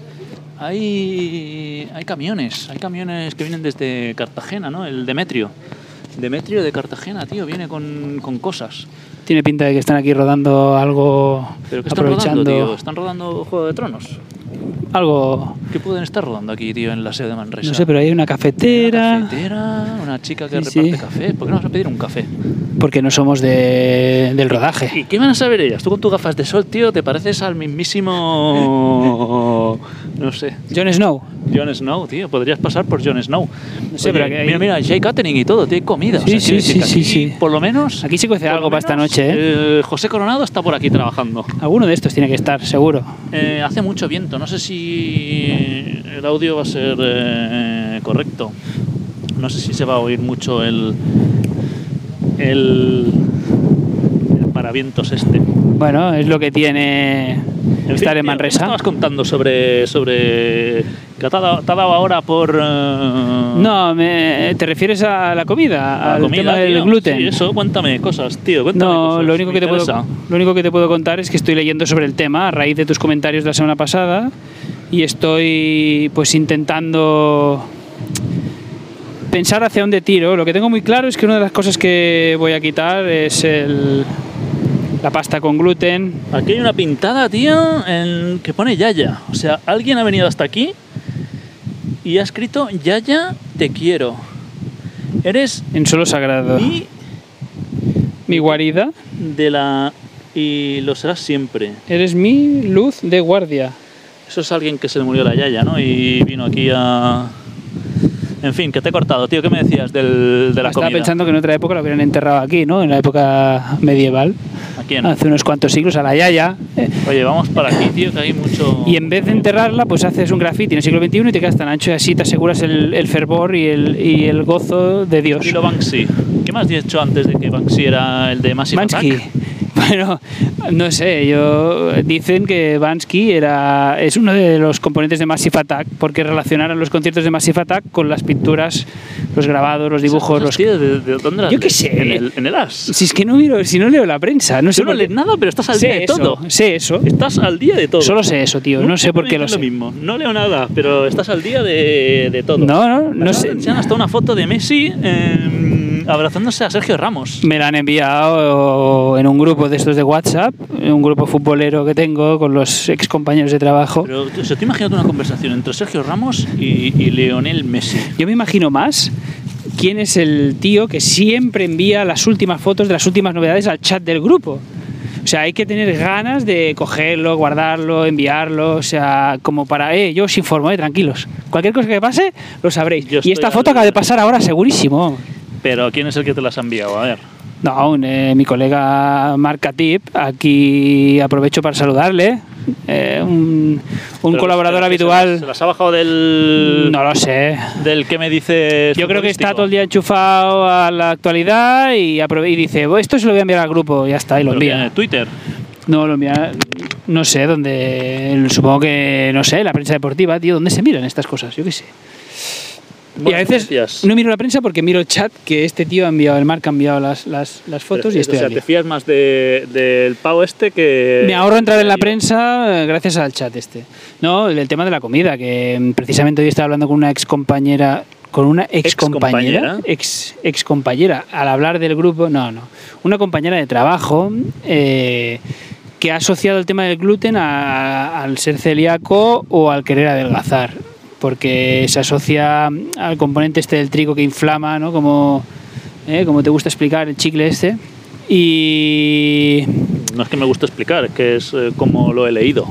S3: Hay, hay camiones, hay camiones que vienen desde Cartagena, ¿no? El Demetrio. Demetrio de Cartagena, tío, viene con, con cosas.
S2: Tiene pinta de que están aquí rodando algo,
S3: ¿Pero qué están
S2: aprovechando
S3: rodando, tío? ¿Están rodando Juego de Tronos?
S2: algo.
S3: ¿Qué pueden estar rodando aquí, tío, en la sede de Manresa?
S2: No sé, pero hay una
S3: Hay una
S2: cafetera.
S3: cafetera, una chica que
S2: Sí, sí.
S3: reparte café. ¿Por qué no vas a pedir un café?
S2: Porque no somos de- del rodaje.
S3: ¿Y qué van a saber ellas? Tú con tus gafas de sol, tío, te pareces
S2: <laughs>
S3: al mismísimo... No sé.
S2: Jon Snow.
S3: Jon Snow, tío. Podrías pasar por Jon Snow.
S2: No sé, pero aquí hay-
S3: Mira, mira, Jay Catering y todo. Tiene comida.
S2: Sí,
S3: quiero
S2: sí,
S3: decir que
S2: sí,
S3: aquí,
S2: sí, sí.
S3: Por lo menos...
S2: Aquí se cuece
S3: por lo
S2: algo para esta
S3: menos,
S2: noche, ¿eh?
S3: eh, José Coronado está por aquí trabajando.
S2: Alguno de estos tiene que estar, seguro.
S3: Eh, hace mucho viento. No sé si el audio va a ser eh, correcto. No sé si se va a oír mucho el... El... El paravientos este.
S2: Bueno, es lo que tiene
S3: En
S2: estar
S3: fin,
S2: en
S3: tío, ¿qué
S2: Manresa.
S3: estabas contando sobre. sobre que te ha dado, te ha dado ahora por. eh, no,
S2: No, me- ¿te refieres a la comida? al tema del gluten.
S3: Sí, eso, cuéntame cosas, tío. Cuéntame
S2: No,
S3: cosas,
S2: lo único,
S3: me
S2: que te puedo,
S3: interesa.
S2: lo único que te puedo contar es que estoy leyendo sobre el tema a raíz de tus comentarios de la semana pasada y estoy pues intentando pensar hacia dónde tiro. Lo que tengo muy claro es que una de las cosas que voy a quitar es el- la pasta con gluten.
S3: Aquí hay una pintada, tío, en- que pone Yaya. O sea, alguien ha venido hasta aquí y ha escrito: Yaya, te quiero. Eres
S2: En suelo sagrado.
S3: mi
S2: Mi guarida,
S3: de la. y lo serás siempre.
S2: eres mi luz de guardia.
S3: Eso es alguien que se le murió la yaya, ¿no? Y vino aquí a... En fin, que te he cortado, tío. ¿Qué me decías del, de la
S2: Estaba
S3: comida?
S2: pensando que en otra época lo hubieran enterrado aquí, ¿no? En la época medieval.
S3: ¿A quién?
S2: Hace unos cuantos siglos, a la Yaya. Eh,
S3: Oye, vamos para aquí, tío, que hay mucho...
S2: Y en vez de enterrarla, pues haces un graffiti en el siglo XXI y te quedas tan ancho y así te aseguras el, el fervor y el, y el gozo de Dios.
S3: Dilo Banksy. ¿Qué más has dicho antes de que Banksy era el de Massive
S2: Bansky.
S3: Attack?
S2: <laughs> Bueno, no sé, yo dicen que Bansky era es uno de los componentes de Massive Attack porque relacionaron los conciertos de Massive Attack con las pinturas, los grabados, los dibujos, los
S3: Esas cosas, tío, ¿de, de dónde las
S2: Yo qué
S3: lees?
S2: sé.
S3: En el, en el As.
S2: Si es que no miro, si no leo la prensa, no sé
S3: Tú no
S2: por qué.
S3: lees nada, pero estás al día
S2: sé
S3: de
S2: eso,
S3: todo.
S2: sé eso.
S3: Estás al día de todo.
S2: Solo sé eso, tío, no sé por qué lo
S3: Es
S2: sé.
S3: lo mismo. No leo nada, pero estás al día de, de todo.
S2: No, no, no
S3: Me acaban
S2: sé.
S3: de enseñar hasta una foto de Messi eh, abrazándose a Sergio Ramos.
S2: Me la han enviado en un grupo de estos de WhatsApp, en un grupo futbolero que tengo con los ex compañeros de trabajo.
S3: Pero tío, se te imagino una conversación entre Sergio Ramos y, y Leonel Messi.
S2: Yo me imagino más quién es el tío que siempre envía las últimas fotos de las últimas novedades al chat del grupo. O sea, hay que tener ganas de cogerlo, guardarlo, enviarlo, o sea, como para, eh, yo os informo, eh, tranquilos. Cualquier cosa que pase, lo sabréis.
S3: Yo
S2: y esta
S3: estoy
S2: foto
S3: al-
S2: acaba de pasar ahora, segurísimo.
S3: Pero ¿quién es el que te las ha enviado? eh? A ver.
S2: No, aún, eh, mi colega Marca Tip, aquí aprovecho para saludarle. Eh, un un
S3: Pero-
S2: colaborador
S3: pero que se las-
S2: habitual.
S3: ¿Se las ha bajado del.
S2: No lo sé.
S3: del que me dices.
S2: Yo creo que está
S3: futbolístico?
S2: todo el día enchufado a la actualidad y, aprove- y dice, "Bueno, esto se lo voy a enviar al grupo, ya está, y lo
S3: Pero que en
S2: envía.
S3: el Twitter.
S2: No, lo envía, no sé, dónde, supongo que, no sé, la prensa deportiva, tío, ¿dónde se miran estas cosas? Yo qué sé. y
S3: Bueno,
S2: a veces
S3: gracias.
S2: no miro la prensa porque miro el chat que este tío ha enviado, el Marc ha enviado las, las, las fotos y
S3: Pero,
S2: estoy
S3: O sea,
S2: al
S3: te
S2: día.
S3: fías más de- del pavo este que.
S2: Me ahorro entrar en la
S3: Yo-
S2: prensa eh, gracias al chat este. No, el el tema de la comida, que mm, precisamente hoy estaba hablando con una ex compañera. Con una ex compañera.
S3: Excompañera.
S2: Ex, ex compañera. Al hablar del grupo, no, no. Una compañera de trabajo eh, que ha asociado el tema del gluten a- al ser celíaco o al querer adelgazar. Porque se asocia al componente este del trigo que inflama, ¿no? Como, eh, como te gusta explicar, el chicle este. Y
S3: No es que me gusta explicar, es que es eh, como lo he leído.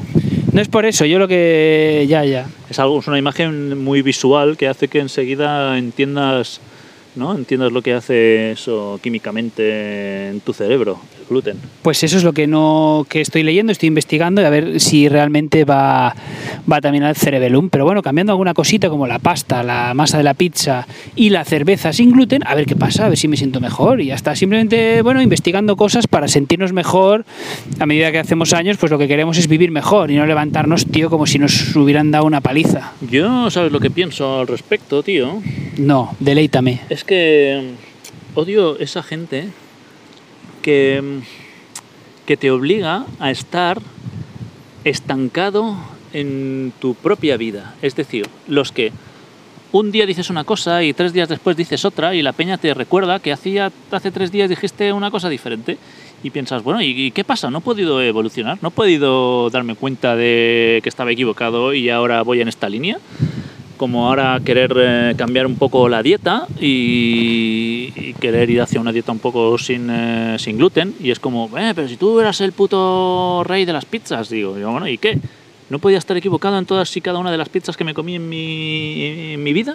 S2: no es por eso, yo lo que. Ya, ya.
S3: Es, algo, es una imagen muy visual que hace que enseguida entiendas. ¿no? Entiendas lo que hace eso químicamente en tu cerebro, el gluten.
S2: Pues eso es lo que no que estoy leyendo, estoy investigando y a ver si realmente va, va también al cerebelum. Pero bueno, cambiando alguna cosita como la pasta, la masa de la pizza y la cerveza sin gluten, a ver qué pasa, a ver si me siento mejor y ya está. Simplemente, bueno, investigando cosas para sentirnos mejor. A medida que hacemos años, pues lo que queremos es vivir mejor y no levantarnos, tío, como si nos hubieran dado una paliza.
S3: Yo, ¿sabes lo que pienso al respecto, tío?
S2: No, deleítame.
S3: Es que mm, odio esa gente que, mm, que te obliga a estar estancado en tu propia vida. Es decir, los que un día dices una cosa y tres días después dices otra y la peña te recuerda que hacía, hace tres días dijiste una cosa diferente y piensas, bueno, ¿y, y qué pasa? No he podido evolucionar, no he podido darme cuenta de que estaba equivocado y ahora voy en esta línea. Como ahora querer eh, cambiar un poco la dieta y, y querer ir hacia una dieta un poco sin, eh, sin gluten. Y es como, eh, pero si tú eras el puto rey de las pizzas, digo, yo, bueno, ¿y qué? ¿No podía estar equivocado en todas y cada una de las pizzas que me comí en mi, en mi vida?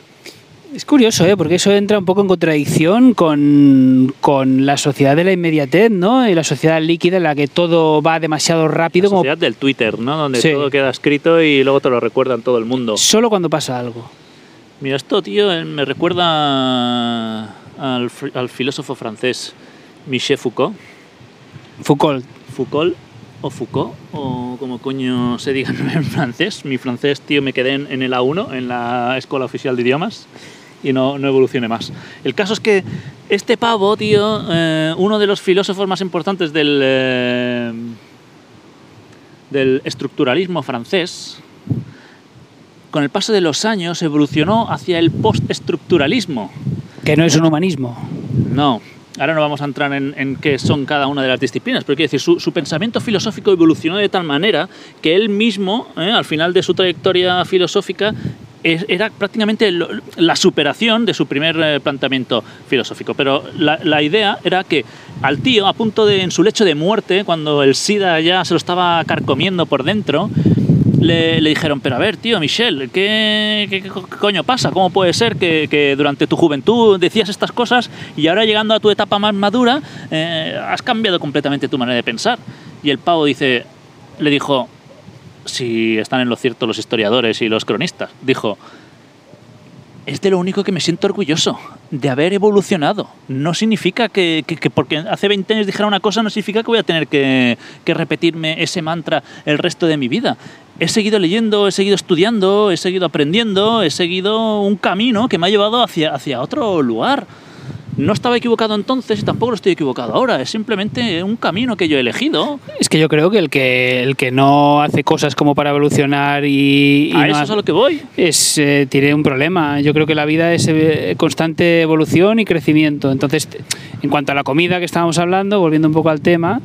S2: Es curioso, ¿eh? porque eso entra un poco en contradicción con, con la sociedad de la inmediatez, ¿no? Y la sociedad líquida en la que todo va demasiado rápido.
S3: La
S2: como
S3: sociedad del Twitter, ¿no? Donde
S2: Sí.
S3: todo queda escrito y luego te lo recuerdan todo el mundo.
S2: Solo cuando pasa algo.
S3: Mira, esto, tío, eh, me recuerda al, fr- al filósofo francés Michel Foucault.
S2: Foucault.
S3: Foucault o Foucault, o como coño se diga <laughs> en francés. Mi francés, tío, me quedé en, en el A1, en la Escuela Oficial de Idiomas, y no, no evolucioné más. El caso es que este pavo, tío, eh, uno de los filósofos más importantes del, eh, del estructuralismo francés, con el paso de los años evolucionó hacia el postestructuralismo.
S2: Que no es un humanismo.
S3: No. Ahora no vamos a entrar en, en qué son cada una de las disciplinas, pero quiero decir, su, su pensamiento filosófico evolucionó de tal manera que él mismo, eh, al final de su trayectoria filosófica, es- era prácticamente lo- la superación de su primer eh, planteamiento filosófico. Pero la, la idea era que al tío, a punto de, en su lecho de muerte, cuando el SIDA ya se lo estaba carcomiendo por dentro, le, le dijeron, pero a ver, tío, Michel, ¿qué, qué- qué co- coño pasa? ¿Cómo puede ser que, que durante tu juventud decías estas cosas y ahora llegando a tu etapa más madura eh, has cambiado completamente tu manera de pensar? Y el pavo dice, le dijo, si están en lo cierto los historiadores y los cronistas, dijo, es de lo único que me siento orgulloso, de haber evolucionado. No significa que, que- que porque hace 20 años dijera una cosa, no significa que voy a tener que, que repetirme ese mantra el resto de mi vida. He seguido leyendo, he seguido estudiando, he seguido aprendiendo, he seguido un camino que me ha llevado hacia, hacia otro lugar. No estaba equivocado entonces y tampoco lo estoy equivocado ahora. Es simplemente un camino que yo he elegido.
S2: Es que yo creo que el que, el que no hace cosas como para evolucionar y, y no
S3: a eso
S2: ha-
S3: es a lo que voy.
S2: es, eh, tiene un problema. Yo creo que la vida es eh, constante evolución y crecimiento. Entonces, t- en cuanto a la comida que estábamos hablando, volviendo un poco al tema,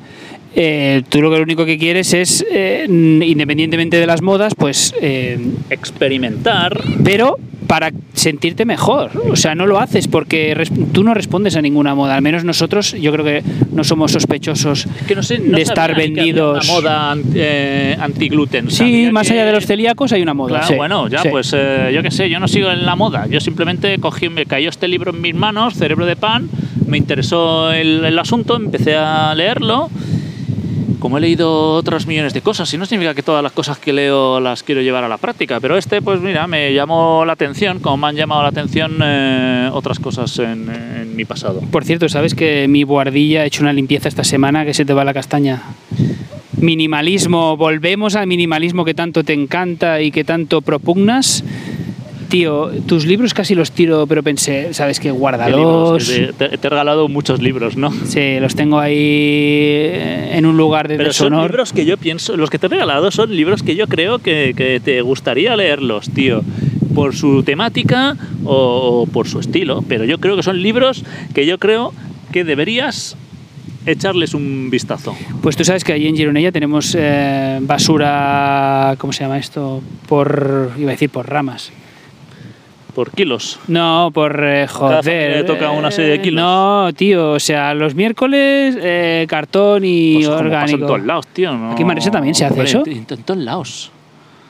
S2: eh, tú lo, que, lo único que quieres es, eh, n- independientemente de las modas, pues... eh,
S3: Experimentar.
S2: pero para sentirte mejor. O sea, no lo haces porque res- tú no respondes a ninguna moda. Al menos nosotros, yo creo que no somos sospechosos
S3: Que no sé, no
S2: de estar
S3: sabía que había
S2: vendidos.
S3: una moda an- eh, antigluten.
S2: Sí,
S3: Sabía
S2: más
S3: que-
S2: allá de los celíacos hay una moda.
S3: Claro,
S2: sí,
S3: bueno, ya
S2: sí.
S3: pues eh, yo qué sé, yo no sigo en la moda. Yo simplemente cogí, me cayó este libro en mis manos, Cerebro de Pan, me interesó el, el asunto, empecé a leerlo. Como he leído otros millones de cosas, y no significa que todas las cosas que leo las quiero llevar a la práctica, pero este, pues mira, me llamó la atención, como me han llamado la atención eh, otras cosas en- en mi pasado.
S2: Por cierto, ¿sabes que mi buhardilla ha hecho una limpieza esta semana que se te va la castaña? Minimalismo, volvemos al minimalismo que tanto te encanta y que tanto propugnas. Tío, tus libros casi los tiro, pero pensé, ¿sabes qué?
S3: ¿Qué libros?
S2: Guárdalos.
S3: Que Te, te- te he regalado muchos libros, ¿no?
S2: Sí, los tengo ahí eh, en un lugar de
S3: Pero son
S2: deshonor.
S3: libros que yo pienso, los que te he regalado son libros que yo creo que, que te gustaría leerlos, tío, por su temática o, o por su estilo, pero yo creo que son libros que yo creo que deberías echarles un vistazo.
S2: Pues tú sabes que allí en Gironella tenemos eh, basura, ¿cómo se llama esto? Por, iba a decir por ramas.
S3: Por kilos.
S2: No, por eh,
S3: Cada
S2: joder.
S3: familia le toca una serie de
S2: eh,
S3: kilos.
S2: No, tío, o sea, los miércoles eh, cartón y
S3: Pues como pasa
S2: orgánico.
S3: en todos lados, tío. no-
S2: Aquí en Manresa también se hace
S3: Hombre,
S2: eso.
S3: En, en- en todos lados.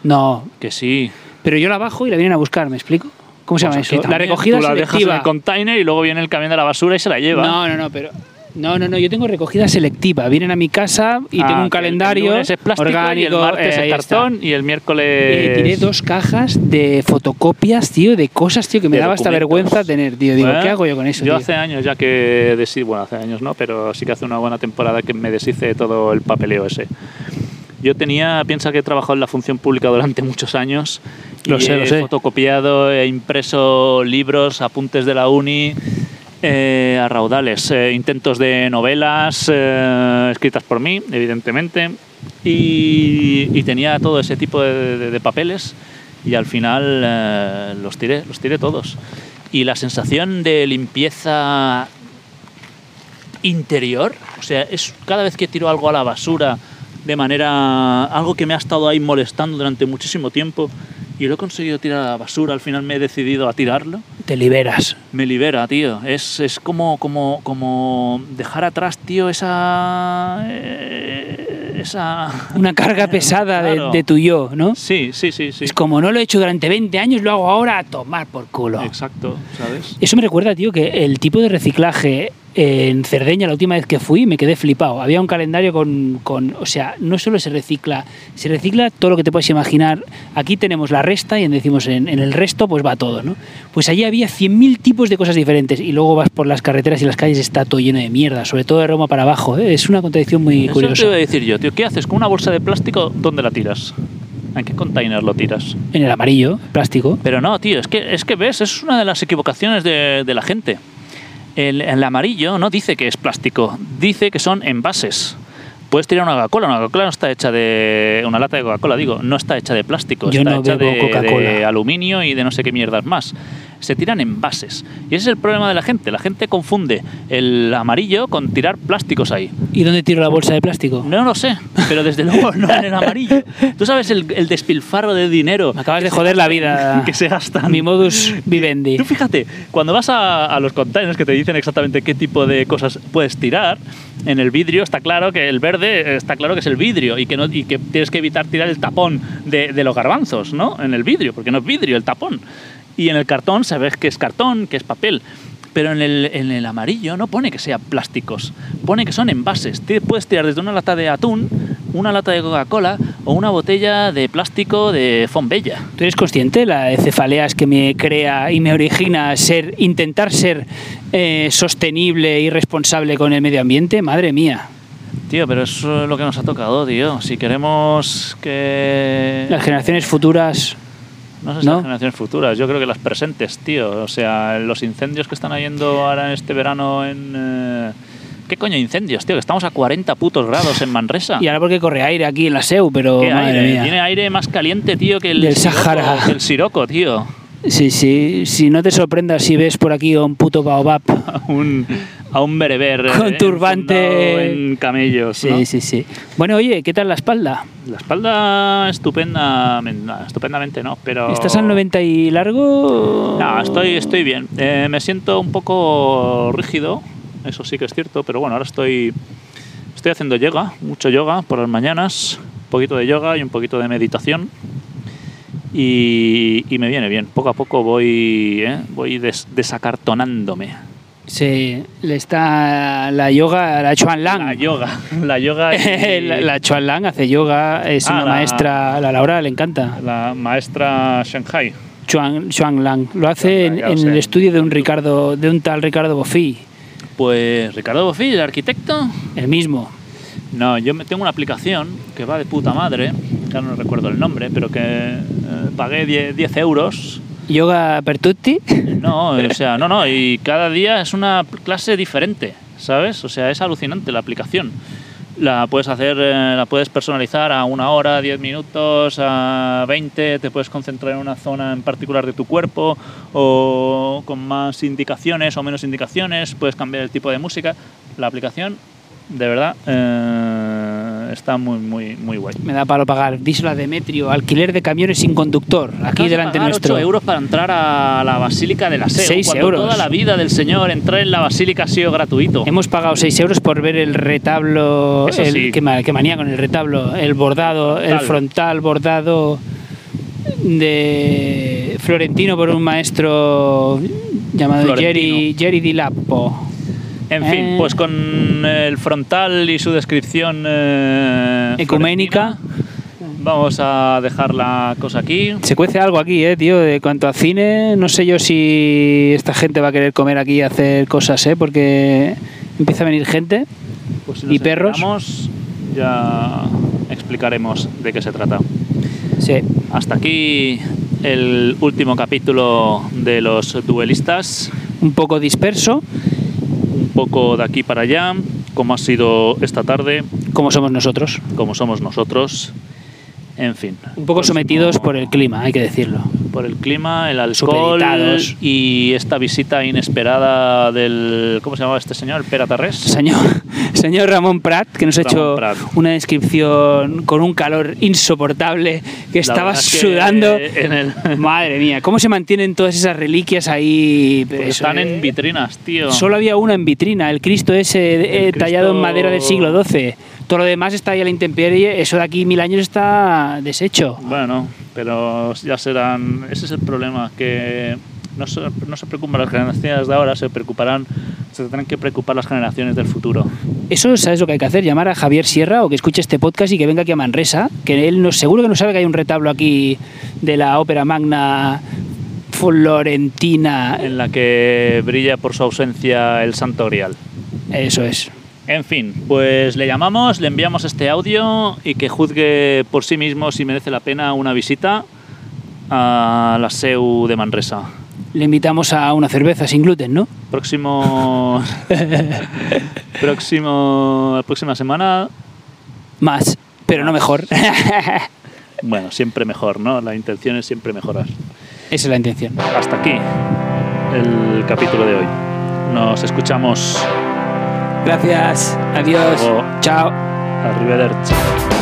S2: No,
S3: Que sí.
S2: pero yo la bajo y la vienen a buscar, ¿me explico? ¿Cómo se llama
S3: Pues aquí
S2: eso? La
S3: también.
S2: recogida
S3: Tú la dejas en
S2: selectiva.
S3: el container y luego viene el camión de la basura y se la lleva.
S2: no, no, no, pero no, no, no, yo tengo recogida selectiva. Vienen a mi casa y tengo
S3: Ah, que
S2: un
S3: el-
S2: calendario
S3: el lunes es plástico
S2: orgánico,
S3: y el martes
S2: eh, ahí
S3: es
S2: está.
S3: cartón y el miércoles
S2: Eh, tiré dos cajas de fotocopias, tío, de cosas, tío, que me
S3: De
S2: daba hasta
S3: documentos.
S2: vergüenza tener, tío. Digo,
S3: Bueno,
S2: ¿qué hago yo con eso?
S3: Yo
S2: tío?
S3: hace años ya que deshice, bueno, hace años no, pero sí que hace una buena temporada que me deshice de todo el papeleo ese. Yo tenía, piensa que he trabajado en la función pública durante muchos años.
S2: Lo
S3: y
S2: sé,
S3: he
S2: lo sé.
S3: fotocopiado, he impreso libros, apuntes de la uni, eh, a raudales, eh, intentos de novelas eh, escritas por mí, evidentemente. Y, y tenía todo ese tipo de- de- de papeles
S1: y al final eh, los, tiré, los tiré todos. Y la sensación de limpieza interior, o sea, es cada vez que tiro algo a la basura de manera, algo que me ha estado ahí molestando durante muchísimo tiempo y lo he conseguido tirar a la basura, al final me he decidido a tirarlo,
S2: Te liberas.
S1: me libera, tío. Es, es como, como, como dejar atrás, tío, esa... eh, esa...
S2: Una carga pesada de-
S1: Claro.
S2: de, tu yo, ¿no?
S1: <laughs> Sí, sí, sí, sí.
S2: Es Pues como no lo he hecho durante 20 años, lo hago ahora a tomar por culo.
S1: Exacto, ¿sabes?
S2: Eso me recuerda, tío, que el tipo de reciclaje en Cerdeña, la última vez que fui, me quedé flipado. Había un calendario con, con- O sea, no solo se recicla, se recicla todo lo que te puedes imaginar. Aquí tenemos la resta y en- decimos en, en el resto, pues va todo, ¿no? Pues allí había 100.000 tipos de cosas diferentes y luego vas por las carreteras y las calles y está todo lleno de mierda, sobre todo de Roma para abajo. ¿eh? Es una contradicción muy
S1: Eso
S2: curiosa.
S1: te iba a decir yo, tío. ¿Qué haces con una bolsa de plástico? ¿Dónde la tiras? ¿En qué container lo tiras?
S2: En el amarillo, plástico.
S1: Pero no, tío, es que, es que ves, es una de las equivocaciones de, de la gente. El, el amarillo no dice que es plástico, dice que son envases. Puedes tirar una Coca-Cola, una Coca-Cola no está hecha de. Una lata de Coca-Cola, digo, no está hecha de plástico,
S2: Yo
S1: está
S2: no
S1: hecha
S2: bebo
S1: de,
S2: Coca-Cola.
S1: de aluminio y de no sé qué mierdas más. Se tiran envases. Y ese es el problema de la gente. La gente confunde el amarillo con tirar plásticos ahí.
S2: ¿Y dónde tiro la bolsa de plástico?
S1: No lo sé, pero desde luego <laughs> no en el amarillo. Tú sabes el, el despilfarro de dinero
S2: Me acabas de joder la vida.
S1: <laughs> que se gastan.
S2: Mi modus vivendi.
S1: Tú fíjate, cuando vas a, a los containers que te dicen exactamente qué tipo de cosas puedes tirar, en el vidrio está claro que el verde eh, está claro que es el vidrio y que, no, y que tienes que evitar tirar el tapón de, de los garbanzos, ¿no? En el vidrio, porque no es vidrio el tapón. Y en el cartón sabes que es cartón, que es papel. Pero en el, en el amarillo no pone que sean plásticos, pone que son envases. Te puedes tirar desde una lata de atún, una lata de Coca-Cola o una botella de plástico de Fombella.
S2: ¿Tú eres consciente de la cefaleas que me crea y me origina ser, intentar ser eh, sostenible y responsable con el medio ambiente? Madre mía.
S1: Tío, pero eso es lo que nos ha tocado, tío. Si queremos que...
S2: Las generaciones futuras.
S1: No sé si
S2: ¿no?
S1: las generaciones futuras, yo creo que las presentes, tío. O sea, los incendios que están habiendo ahora este verano en... eh, ¿Qué coño incendios, tío? Que estamos a 40 putos grados en Manresa.
S2: Y ahora porque corre aire aquí en la SEU, pero
S1: Ah. ¿Qué
S2: madre
S1: aire?
S2: mía.
S1: Tiene aire más caliente, tío, que el...
S2: Del
S1: siroco-
S2: Sahara.
S1: que el siroco, tío.
S2: Sí, sí. Si no te sorprendas si ves por aquí a un puto baobab.
S1: A un, a un bereber. eh,
S2: Con turbante.
S1: enfundado En camellos,
S2: Sí,
S1: ¿no?
S2: sí, sí. Bueno, oye, ¿qué tal la espalda?
S1: La espalda estupendamente... Estupendamente no, pero...
S2: ¿Estás al 90 y largo?
S1: Oh. No, estoy, estoy bien. Eh, me siento un poco rígido, eso sí que es cierto, pero bueno, ahora estoy, estoy haciendo yoga, mucho yoga por las mañanas, un poquito de yoga y un poquito de meditación. Y, y me viene bien, poco a poco voy, eh, voy des- desacartonándome.
S2: Sí, le está la yoga, la Chuan Lang.
S1: La yoga, <laughs> la yoga. y-
S2: <laughs> la, la Chuan Lang hace yoga, es
S1: Ah,
S2: una
S1: la-
S2: maestra, a la Laura le encanta.
S1: la maestra Shanghai.
S2: Chuan, Chuan Lang. Lo hace en,
S1: ya lo
S2: en
S1: sé,
S2: el
S1: en
S2: estudio de un Ricardo, de un tal Ricardo Bofi,
S1: Pues Ricardo Bofill, arquitecto,
S2: el mismo.
S1: No, yo me- tengo una aplicación que va de puta madre, que ahora no recuerdo el nombre, pero que eh, pagué 10, 10 euros.
S2: Yoga Pertutti.
S1: <laughs> No, o sea, no, no, y cada día es una clase diferente, ¿sabes? O sea, es alucinante la aplicación. La puedes hacer, eh, la puedes personalizar a una hora, 10 minutos, a 20, te puedes concentrar en una zona en particular de tu cuerpo o con más indicaciones o menos indicaciones, puedes cambiar el tipo de música. La aplicación, de verdad, eh, está muy, muy, muy guay.
S2: <laughs> Me da palo pagar. Dísola Demetrio, alquiler de camiones sin conductor, aquí
S1: Acabas de
S2: delante
S1: pagar
S2: nuestro.
S1: 8 euros para entrar a la Basílica de la Seo.
S2: Seis
S1: cuando
S2: euros. Em,
S1: toda la vida del Señor entrar en la Basílica ha sido gratuito.
S2: Hemos pagado 6 euros por ver el retablo,
S1: Eso
S2: el,
S1: sí.
S2: qué, ma- qué manía con el retablo, el bordado, el
S1: Frontal.
S2: frontal bordado de Florentino por un maestro llamado Jerry,
S1: Florentino.
S2: Jerry Di Lappo.
S1: En fin,
S2: Eh.
S1: pues con el frontal y su descripción eh,
S2: Ecuménica.
S1: florentina, Vamos a dejar la cosa aquí.
S2: Se cuece algo aquí, eh, tío. De cuanto a cine, no sé yo si esta gente va a querer comer aquí y hacer cosas, eh, porque empieza a venir gente.
S1: Pues si
S2: ¿Y
S1: nos
S2: perros?
S1: enteramos, Ya explicaremos de qué se trata.
S2: Sí.
S1: Hasta aquí el último capítulo de los duelistas.
S2: Un poco disperso,
S1: Un poco de aquí para allá, como ha sido esta tarde.
S2: como somos nosotros.
S1: como somos nosotros. En fin.
S2: Un poco
S1: Pues
S2: sometidos
S1: no-
S2: por el clima, hay que decirlo.
S1: por el clima, el alcohol
S2: Supeditados.
S1: y esta visita inesperada del ¿cómo se llamaba este señor? El Pera Tarrés.
S2: Señor, señor Ramón Prat, que nos ha
S1: Ramón
S2: hecho
S1: Prat.
S2: una descripción con un calor insoportable, que
S1: La
S2: estaba
S1: verdad es que
S2: sudando.
S1: en el-
S2: Madre mía, ¿cómo se mantienen todas esas reliquias ahí?
S1: Porque
S2: Eso,
S1: Pues están
S2: eh.
S1: en vitrinas, tío.
S2: Solo había una en vitrina, el Cristo ese eh,
S1: El
S2: tallado en
S1: Cristo-
S2: madera del siglo XII. Todo lo demás está ahí a la intemperie, eso de aquí mil años está deshecho.
S1: Bueno, pero ya serán. Ese es el problema, que no se, no se preocupan las generaciones de ahora, se preocuparán, se tendrán que preocupar las generaciones del futuro.
S2: Eso, ¿sabes lo que hay que hacer? Llamar a Javier Sierra o que escuche este podcast y que venga aquí a Manresa, que él no, seguro que no sabe que hay un retablo aquí de la ópera magna florentina.
S1: En la que brilla por su ausencia el Santo Grial.
S2: Eso es.
S1: En fin, pues le llamamos, le enviamos este audio y que juzgue por sí mismo si merece la pena una visita a la SEU de Manresa.
S2: Le invitamos a una cerveza sin gluten, ¿no? <laughs>
S1: Próximo. próximo. La próxima semana.
S2: Más, pero no mejor. <laughs> Esa
S1: Bueno, siempre mejor, ¿no? La intención es siempre mejorar.
S2: es la intención.
S1: Hasta aquí el capítulo de hoy. Nos escuchamos.
S2: Gracias, adiós,
S1: Luego.
S2: chao.
S1: Arrivederci.